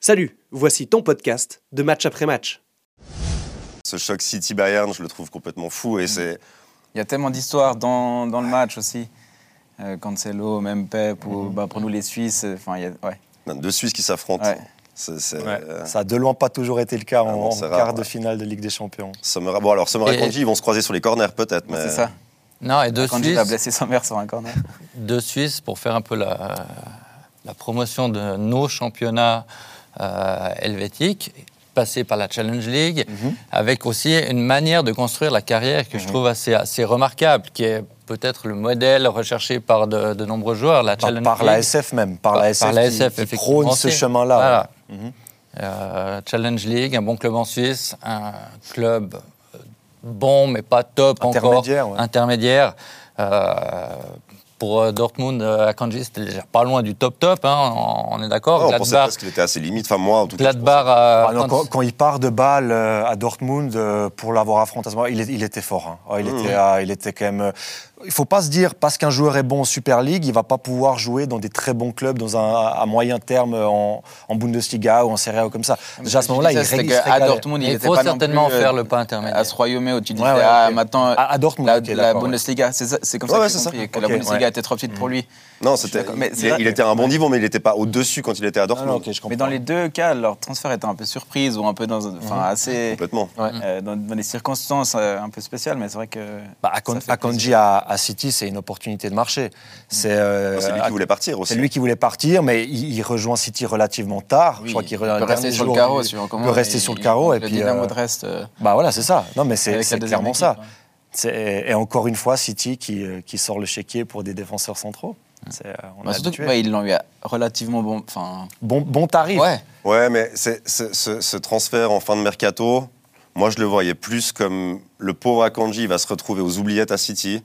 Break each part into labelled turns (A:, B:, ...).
A: Salut, voici ton podcast de match après match.
B: Ce choc City-Bayern, je le trouve complètement fou et c'est.
C: Il y a tellement d'histoires dans, dans le match aussi. Euh, Cancelo, même Pep, ou
D: Mhm.
C: bah, pour nous les Suisses. euh, Enfin, il y a- ouais.
B: Deux Suisses qui s'affrontent.
C: Ouais.
B: C'est- c'est,
E: Ouais.
B: euh,
D: Ça a de loin pas toujours été le cas en,
B: Ah non,
D: en
B: c'est
D: quart
B: rare, ouais.
D: de finale de Ligue des Champions.
B: Sommer- Bon, alors Sommer et
F: Et-
B: Kanji, ils vont se croiser sur les corners peut-être, mais.
C: C'est ça.
F: Non, et deux
C: Quand il a
F: Suisses,
C: blessé son mère sur un corner.
F: deux Suisses, pour faire un peu la, la promotion de nos championnats euh, helvétiques, passés par la Challenge League,
D: Mhm.
F: avec aussi une manière de construire la carrière que je trouve assez, assez remarquable, qui est peut-être le modèle recherché par de, de nombreux joueurs, la
D: Par-
F: Challenge
D: par la
F: League.
D: SF même, par,
F: Ah,
D: la SF, qui- qui,
F: effectivement,
D: prône ce
F: c'est-
D: chemin-là.
F: voilà.
D: ouais. Mhm.
F: Euh, Challenge League, un bon club en Suisse, un club euh, bon mais pas top
D: Intermédiaire,
F: encore,
D: ouais.
F: intermédiaire. Euh, pour euh, Dortmund, euh, Akanji, c'était déjà pas loin du top top, hein, on, on est d'accord.
B: Oh, on pensait
F: Gladbach,
B: presque qu'il était assez limite. Enfin, moi, en tout cas. je
F: Gladbach, euh,
D: Ah non,
F: quand-
D: quand, quand il part de Bâle euh, à Dortmund euh, pour l'avoir affronté à ce moment, il, est- il était fort. hein. Oh, il,
B: Mmh.
D: était, ah, il était quand même. euh, il faut pas se dire parce qu'un joueur est bon en Super League, il va pas pouvoir jouer dans des très bons clubs dans un, à moyen terme euh, en, en Bundesliga ou en Serie A ou comme ça. Déjà à ce moment-là, il, ré- il se
C: à
D: régalait.
C: Dortmund, il
F: il
C: était
F: faut
C: pas non
F: certainement
C: plus, euh,
F: faire le pas
C: À
F: intermédiaire.
C: ce royaume tu disais,
D: Ouais, ouais,
C: ah,
D: ok.
C: maintenant,
D: À, à Dortmund,
C: la,
D: ok,
C: la
D: d'accord, ouais.
C: Bundesliga, c'est ça- c'est comme ça
B: Ouais, ouais,
C: que
B: c'est
C: j'ai
B: ça.
C: compris, que
D: Ok,
C: la Bundesliga
D: ouais. Mhm.
C: était trop petite pour lui.
B: Non,
C: Je suis
B: c'était.
C: d'accord, mais
B: Il,
C: c'est vrai-
B: il était à un bon niveau, mais il n'était pas au-dessus quand il était à
D: Ah
B: Dortmund.
D: non, ok, je
C: Mais
D: comprends. Mhm.
C: dans les deux cas, leur transfert était un peu surprise ou un peu dans, enfin, assez,
B: Complètement.
C: euh, dans, dans des circonstances euh, un peu spéciales, mais c'est vrai que.
D: Bah, Akon-
C: ça fait Mmh.
D: Akanji à, à City, c'est une opportunité de marché. C'est euh,
C: Ah,
B: C'est lui qui
D: Ak-
B: voulait partir aussi.
D: C'est lui qui voulait partir, mais il, il rejoint City relativement tard.
C: Oui,
D: je crois qu'il
C: il
D: rejoint
C: peut
D: le
C: rester
D: dernier
C: sur le
D: jour
C: carreau.
D: du-
C: sur- comment-
D: il peut rester
C: et-
D: sur le carreau. Et
C: le
D: puis,
C: Dynamo
D: euh,
C: de Reste. euh,
D: bah voilà, c'est ça. Non, mais c'est
C: avec la
D: c'est
C: deuxième
D: clairement
C: équipe,
D: ça.
C: hein.
D: C'est- Et encore une fois, City qui, euh, qui sort le chéquier pour des défenseurs centraux. C'est, euh, on
C: Bah,
D: est
C: surtout que,
D: habitué.
C: ouais, ils l'ont eu à relativement bon. Enfin,
D: bon, bon tarif.
C: ouais.
B: Ouais, mais c'est- c'est- ce, ce transfert en fin de mercato, moi, je le voyais plus comme le pauvre Akanji va se retrouver aux oubliettes à City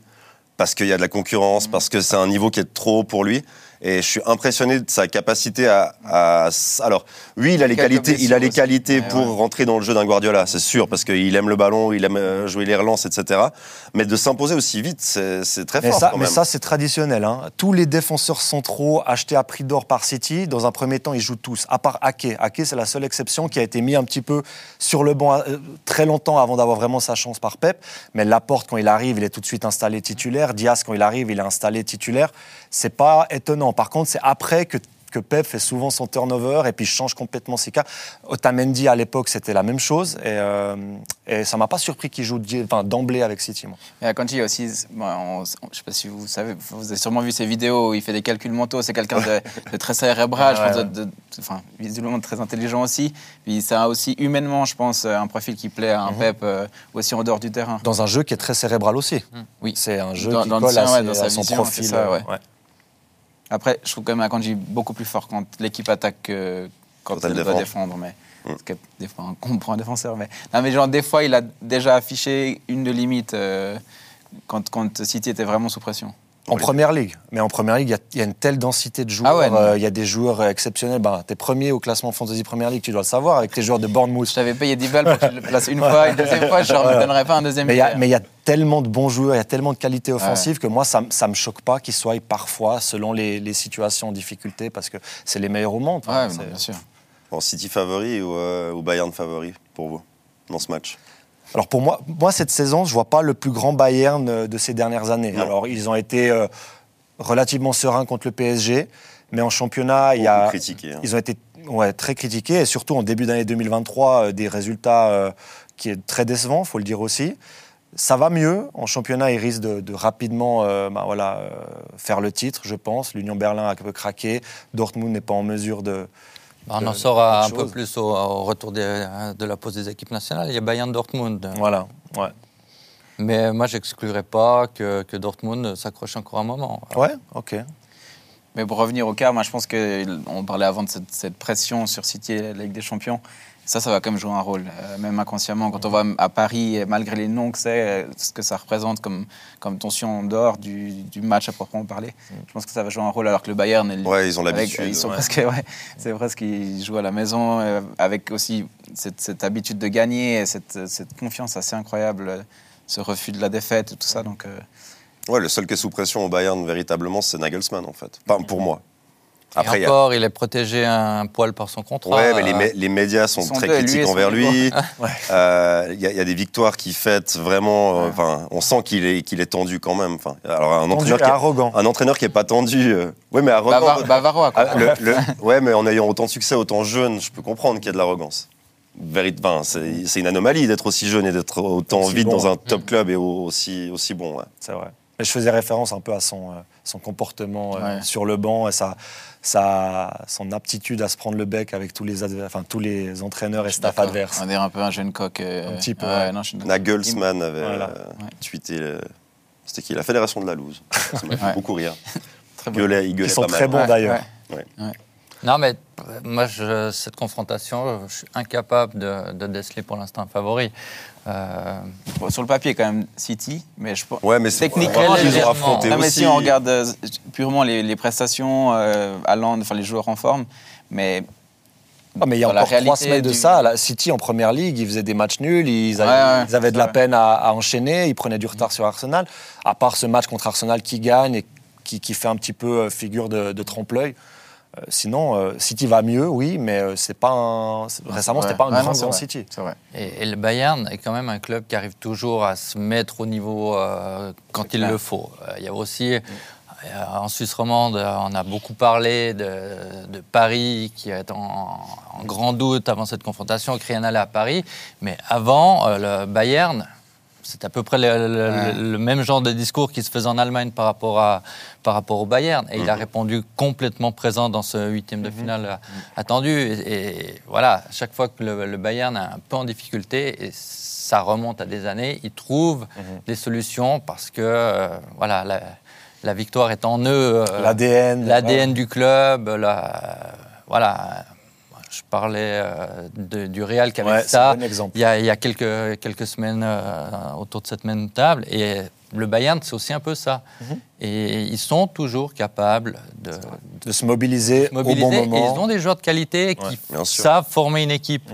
B: parce qu'il y a de la concurrence, parce que c'est un niveau qui est trop haut pour lui. Et je suis impressionné de sa capacité à. à- alors, oui, il a les
C: Quelques
B: qualités, il a les
C: blessures
B: qualités
C: aussi.
B: pour
C: Ouais, ouais.
B: rentrer dans le jeu d'un Guardiola, c'est sûr, parce qu'il aime le ballon, il aime euh, jouer les relances, etc. Mais de s'imposer aussi vite, c'est c'est très
D: Mais
B: fort
D: ça,
B: quand
D: mais
B: même.
D: ça, c'est traditionnel. hein. Tous les défenseurs centraux achetés à prix d'or par City, dans un premier temps, ils jouent tous, à part Ake. Ake, c'est la seule exception qui a été mise un petit peu sur le banc euh, très longtemps avant d'avoir vraiment sa chance par Pep. Mais Laporte, quand il arrive, il est tout de suite installé titulaire. Diaz, quand il arrive, il est installé titulaire. C'est pas étonnant. Par contre, c'est après que que Pep fait souvent son turnover et puis change complètement ses cas. Otamendi à l'époque c'était la même chose et, euh, et ça m'a pas surpris qu'il joue di- enfin, d'emblée avec City. moi.
C: Mais Akanji, il y a aussi, bon, on- on- je ne sais pas si vous savez, vous avez sûrement vu ses vidéos où il fait des calculs mentaux. C'est quelqu'un de, de très cérébral, je
D: Ouais,
C: pense,
D: ouais.
C: de- de- enfin, visiblement très intelligent aussi. Puis ça a aussi humainement, je pense, euh, un profil qui plaît à un
D: Mhm.
C: Pep euh, aussi en dehors du terrain.
D: dans un jeu qui est très cérébral aussi.
C: Hmm. Oui.
D: C'est un jeu
C: Dans-
D: qui
C: dans le
D: colle
C: sien,
D: à, ses-
C: ouais, dans sa
D: à son
C: vision,
D: profil.
C: c'est ça,
D: euh,
C: ouais. Après, je trouve quand même Akanji beaucoup plus fort quand l'équipe attaque que quand,
B: Quand elle
C: elle doit
B: défend. Mm.
C: défendre. Mais parce que des fois, on comprend un défenseur. Mais non, mais genre des fois, il a déjà affiché une de limite euh, quand, quand City était vraiment sous pression.
D: En
B: Oui.
D: première ligue. Mais en première ligue, il y a- il y, a une telle densité de joueurs.
C: Ah ouais, non.
D: euh, il y a des joueurs euh, exceptionnels. Ben, t'es premier au classement Fantasy Première League, tu dois le savoir, avec tes joueurs de
C: Je
D: Bournemouth.
C: t'avais payé 10 balles pour que je le place une fois, une deuxième fois, je ne
D: Voilà.
C: donnerais pas un deuxième
D: Mais il y a-
C: tiers.
D: mais il y, a tellement de bons joueurs, il y a tellement de qualités offensives que moi, ça, m- ça me choque pas qu'ils soient parfois, selon les, les situations en difficulté, parce que c'est les meilleurs au monde.
C: Ouais,
D: hein,
C: non,
D: c'est-
C: bien sûr.
B: Bon, City favori ou, euh, ou Bayern favori pour vous dans ce match
D: Alors pour moi, moi cette saison, je vois pas le plus grand Bayern euh, de ces dernières années.
B: Non.
D: Alors ils ont été euh, relativement sereins contre le PSG, mais en championnat, il y a,
B: Beaucoup critiqué, hein.
D: ils ont été ouais, très critiqués et surtout en début d'année 2023 euh, des résultats euh, qui est très décevant, faut le dire aussi. Ça va mieux en championnat, ils risquent de, de rapidement euh, bah voilà, euh, faire le titre, je pense. L'Union Berlin a un peu craqué, Dortmund n'est pas en mesure de.
F: Bah, on en
D: de-
F: sort à- un
D: autre
F: peu
D: chose.
F: plus au, au retour des- de la pause des équipes nationales. Il y a Bayern Dortmund.
D: Voilà. Ouais.
F: Mais moi, j'exclurais pas que, que Dortmund s'accroche encore un moment.
D: Ouais. Ok.
C: Mais pour revenir au cas, moi je pense qu'on parlait avant de cette, cette pression sur City et la Ligue des Champions. Ça, ça va quand même jouer un rôle, euh, même inconsciemment. Quand on va à Paris, et malgré les noms que c'est, euh, ce que ça représente comme, comme tension en dehors du, du match à proprement parler,
D: Mm.
C: je pense que ça va jouer un rôle. Alors que le Bayern, et le-
B: Ouais, ils ont
C: avec- euh,
B: l'habitude.
C: ils sont
B: ouais.
C: presque, ouais, c'est presque qu'ils jouent à la maison, euh, avec aussi cette, cette habitude de gagner, et cette, cette confiance assez incroyable, euh, ce refus de la défaite, et tout ça. Donc, euh,
B: Ouais, le seul qui est sous pression au Bayern, véritablement, c'est Nagelsmann, en fait. Enfin, pour moi. Après, il
F: et
B: y a-
F: encore, il est protégé un poil par son contrat.
B: Ouais, mais les,
F: Euh,
B: mé- les médias sont,
C: ah, ils sont
B: très
C: deux, lui et
B: critiques
C: son
B: envers
C: rival.
B: lui.
D: Ouais.
B: Euh, Il y, a- il y a des victoires qui fêtent vraiment. euh,
C: Ouais.
B: Enfin, on sent qu'il est, qu'il est tendu quand même. Enfin, alors un
D: Tendu
B: entraîneur,
D: et
B: qui est,
D: arrogant.
B: un entraîneur qui est pas tendu. euh, ouais, mais arrogant.
C: Bavaro, Bavaro à
B: Ah,
C: quoi
B: le- le- ouais, mais en ayant autant de succès, autant jeune, je peux comprendre qu'il y a de l'arrogance. Vérit- ben, c'est c'est une anomalie d'être aussi jeune et d'être autant
D: Aussi
B: vite
D: bon.
B: dans
C: hein.
B: un
C: Mm.
B: top club et au- aussi, aussi bon. ouais.
D: C'est vrai. Et je faisais référence un peu à son, euh, son comportement euh,
C: Ouais.
D: sur le banc et sa, sa, son aptitude à se prendre le bec avec tous les, adver- enfin, tous les entraîneurs et staff
C: D'accord.
D: adverses.
C: On dirait un peu un jeune coq. euh,
D: Un petit peu, ouais.
C: non, je suis d'accord.
B: Nagelsmann avait
D: Voilà.
B: euh,
C: Ouais.
B: tweeté. euh, C'était qui La Fédération de la Loose. Ça m'a fait
C: Ouais.
B: beaucoup rire.
C: Très bon.
B: Gueulait, il gueulait
D: Qui sont
B: pas
D: très
B: mal.
D: bons
C: Ouais,
D: d'ailleurs.
F: Non, mais euh, moi, je- cette confrontation, je suis incapable de, de déceler pour l'instant un favori. Euh,
C: Bon, sur le papier, quand même, City, mais je pense.
B: Ouais, mais c'est
C: Techniquement,
B: on va voir qu'ils ont
F: légèrement.
B: affronté
C: Non, mais
B: aussi.
C: si on regarde euh, purement les, les prestations, euh, Haaland, enfin les joueurs en forme, mais.
D: Ah, mais il y a
C: dans la
D: encore trois
C: réalité
D: semaines de
C: du-
D: ça. La City en première ligue, ils faisaient des matchs nuls, ils avaient,
C: Ouais, ouais,
D: ils avaient de
C: c'est
D: la
C: vrai.
D: peine à, à enchaîner, ils prenaient du retard sur Arsenal. À part ce match contre Arsenal qui gagne et qui, qui fait un petit peu euh, figure de, de trompe-l'œil. Euh, sinon, euh, City va mieux, oui, mais euh, c'est pas un- c'est- récemment,
C: Ouais.
D: c'était pas un
C: Ouais, non,
D: grand,
C: c'est
D: grand
C: vrai.
D: City.
C: C'est vrai.
F: et, et le Bayern est quand même un club qui arrive toujours à se mettre au niveau euh, quand il
C: clair.
F: le faut. Euh, Il y a aussi, euh, en Suisse romande, euh, on a beaucoup parlé de, de Paris qui est en, en grand doute avant cette confrontation, qui rien n'allait à Paris. Mais avant, euh, le Bayern. C'est à peu près le, le-
C: Ouais.
F: le- le même genre de discours qui se faisait en Allemagne par rapport, à, par rapport au Bayern. Et il a
D: Mhm.
F: répondu complètement présent dans ce huitième de finale euh, attendu. Et, et voilà, à chaque fois que le, le Bayern est un peu en difficulté, et ça remonte à des années, ils trouvent
D: Mhm.
F: des solutions parce que euh, voilà, la, la victoire est en eux. euh,
D: L'ADN.
F: L'ADN du club, la, voilà. Je parlais euh, de- du Real qui avait
D: Ouais, c'est
F: ça
D: un bon exemple.
F: il y a, il y a quelques, quelques semaines euh, autour de cette même table. Et le Bayern, c'est aussi un peu ça. Et ils sont toujours capables de, de
D: de se mobiliser,
F: se mobiliser.
D: au bon
F: Et
D: moment.
F: ils ont des joueurs de qualité qui
B: bien sûr.
F: savent former une équipe.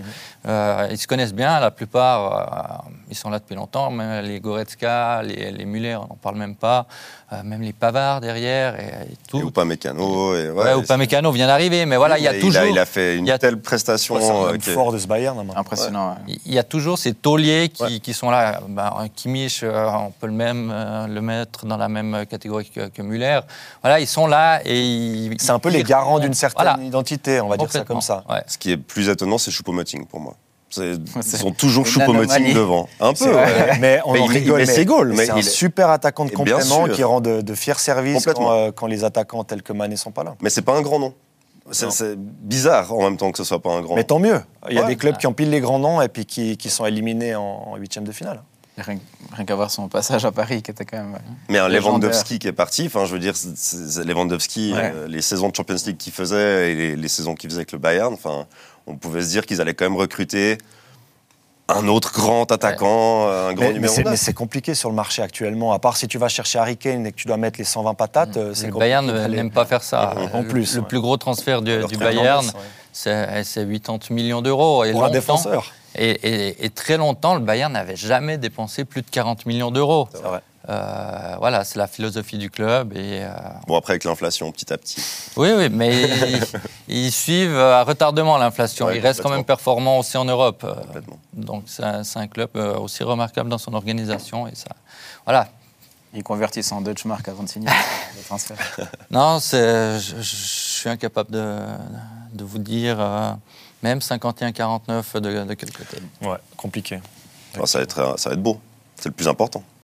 F: Euh, ils se connaissent bien, la plupart, euh, ils sont là depuis longtemps. Même les Goretzka, les, les Müller, on n'en parle même pas. Euh, même les Pavard derrière et, et tout.
B: Et ou pas mécano. Et,
F: Ouais, ou pas Mécano vient d'arriver, mais voilà, il y a
B: il
F: toujours,
B: Il a fait une
F: il y a-
B: telle prestation.
D: Ouais, c'est un
B: euh,
D: homme
B: que-
D: fort de ce Bayern. hein, maintenant.
C: Impressionnant. ouais.
F: il y a toujours ces tauliers qui,
B: Ouais.
F: qui sont là. Ben, un Kimmich, euh, on peut le même euh, le mettre dans la même catégorie que, que Müller. Voilà, ils sont là et ils-
D: C'est un peu
F: ils
D: les
F: tirent.
D: garants d'une certaine
F: Voilà,
D: identité, on va dire ça comme ça.
F: complètement, ouais.
B: Ce qui est plus étonnant, c'est Choupo-Moting pour moi. C'est- Ils
C: C'est
B: sont toujours
C: une
B: Choupo-Moting
C: anomalie.
B: devant. Un
D: C'est
B: peu.
D: vrai,
B: ouais.
D: Mais on
B: Mais
D: en
B: il- il
D: rigole,
B: met
D: mais
B: ses goals, mais
D: c'est un
B: il est-
D: super attaquant de
B: Et bien
D: complément
B: sûr.
D: qui rend de, de fiers services
B: Complètement.
D: quand, euh, quand les attaquants tels que Mané sont pas là.
B: Mais c'est pas un grand nom. C'est
D: Non.
B: c'est bizarre en même temps que ce soit pas un grand
D: Mais
B: nom.
D: tant mieux. Il y a
B: Ouais.
D: des clubs qui empilent les grands noms et puis qui, qui sont éliminés en- en huitième de finale.
C: Rien, rien qu'à voir son passage à Paris, qui était quand même. euh,
B: Mais un
C: Légendaire.
B: Lewandowski qui est parti, enfin, je veux dire, c'est- c'est- Lewandowski,
C: Ouais.
B: euh, les saisons de Champions League qu'il faisait et les, les saisons qu'il faisait avec le Bayern, enfin, on pouvait se dire qu'ils allaient quand même recruter un autre grand attaquant, euh, un grand
D: Mais, mais
B: numéro
D: c'est- mais
B: 9.
D: c'est compliqué sur le marché actuellement. À part si tu vas chercher Harry Kane et que tu dois mettre les 120 patates, euh, c'est
F: Mmh. Le
D: compliqué
F: Bayern
D: d'aller-
F: n'aime pas faire ça.
D: En
F: Le-
D: plus,
F: Le,
D: ouais.
F: plus gros transfert du,
B: Leur
F: du
B: très
F: Bayern,
D: tendance, ouais.
F: c'est c'est 80 millions d'euros. Et
D: pour un
F: longtemps-
D: défenseur.
F: Et, et- et très longtemps, le Bayern n'avait jamais dépensé plus de 40 millions d'euros.
D: C'est vrai.
F: Euh, voilà, c'est la philosophie du club. Et, euh,
B: Bon, après, avec l'inflation, petit à petit.
F: Oui, oui, mais ils, ils suivent euh, à retardement l'inflation.
B: Ouais,
F: ils restent quand
B: complètement.
F: même performants aussi en Europe. Euh,
B: Complètement.
F: Donc c'est un, c'est un club euh, aussi remarquable dans son organisation. Et ça, voilà.
C: Ils convertissent en Deutschmark avant de signer le transfert.
F: Non, c'est- je, je- je suis incapable de, de vous dire euh, même 51-49 de, de quel côté.
D: Ouais, compliqué.
B: euh, Enfin, ça, va être, ça va être beau. C'est le plus important.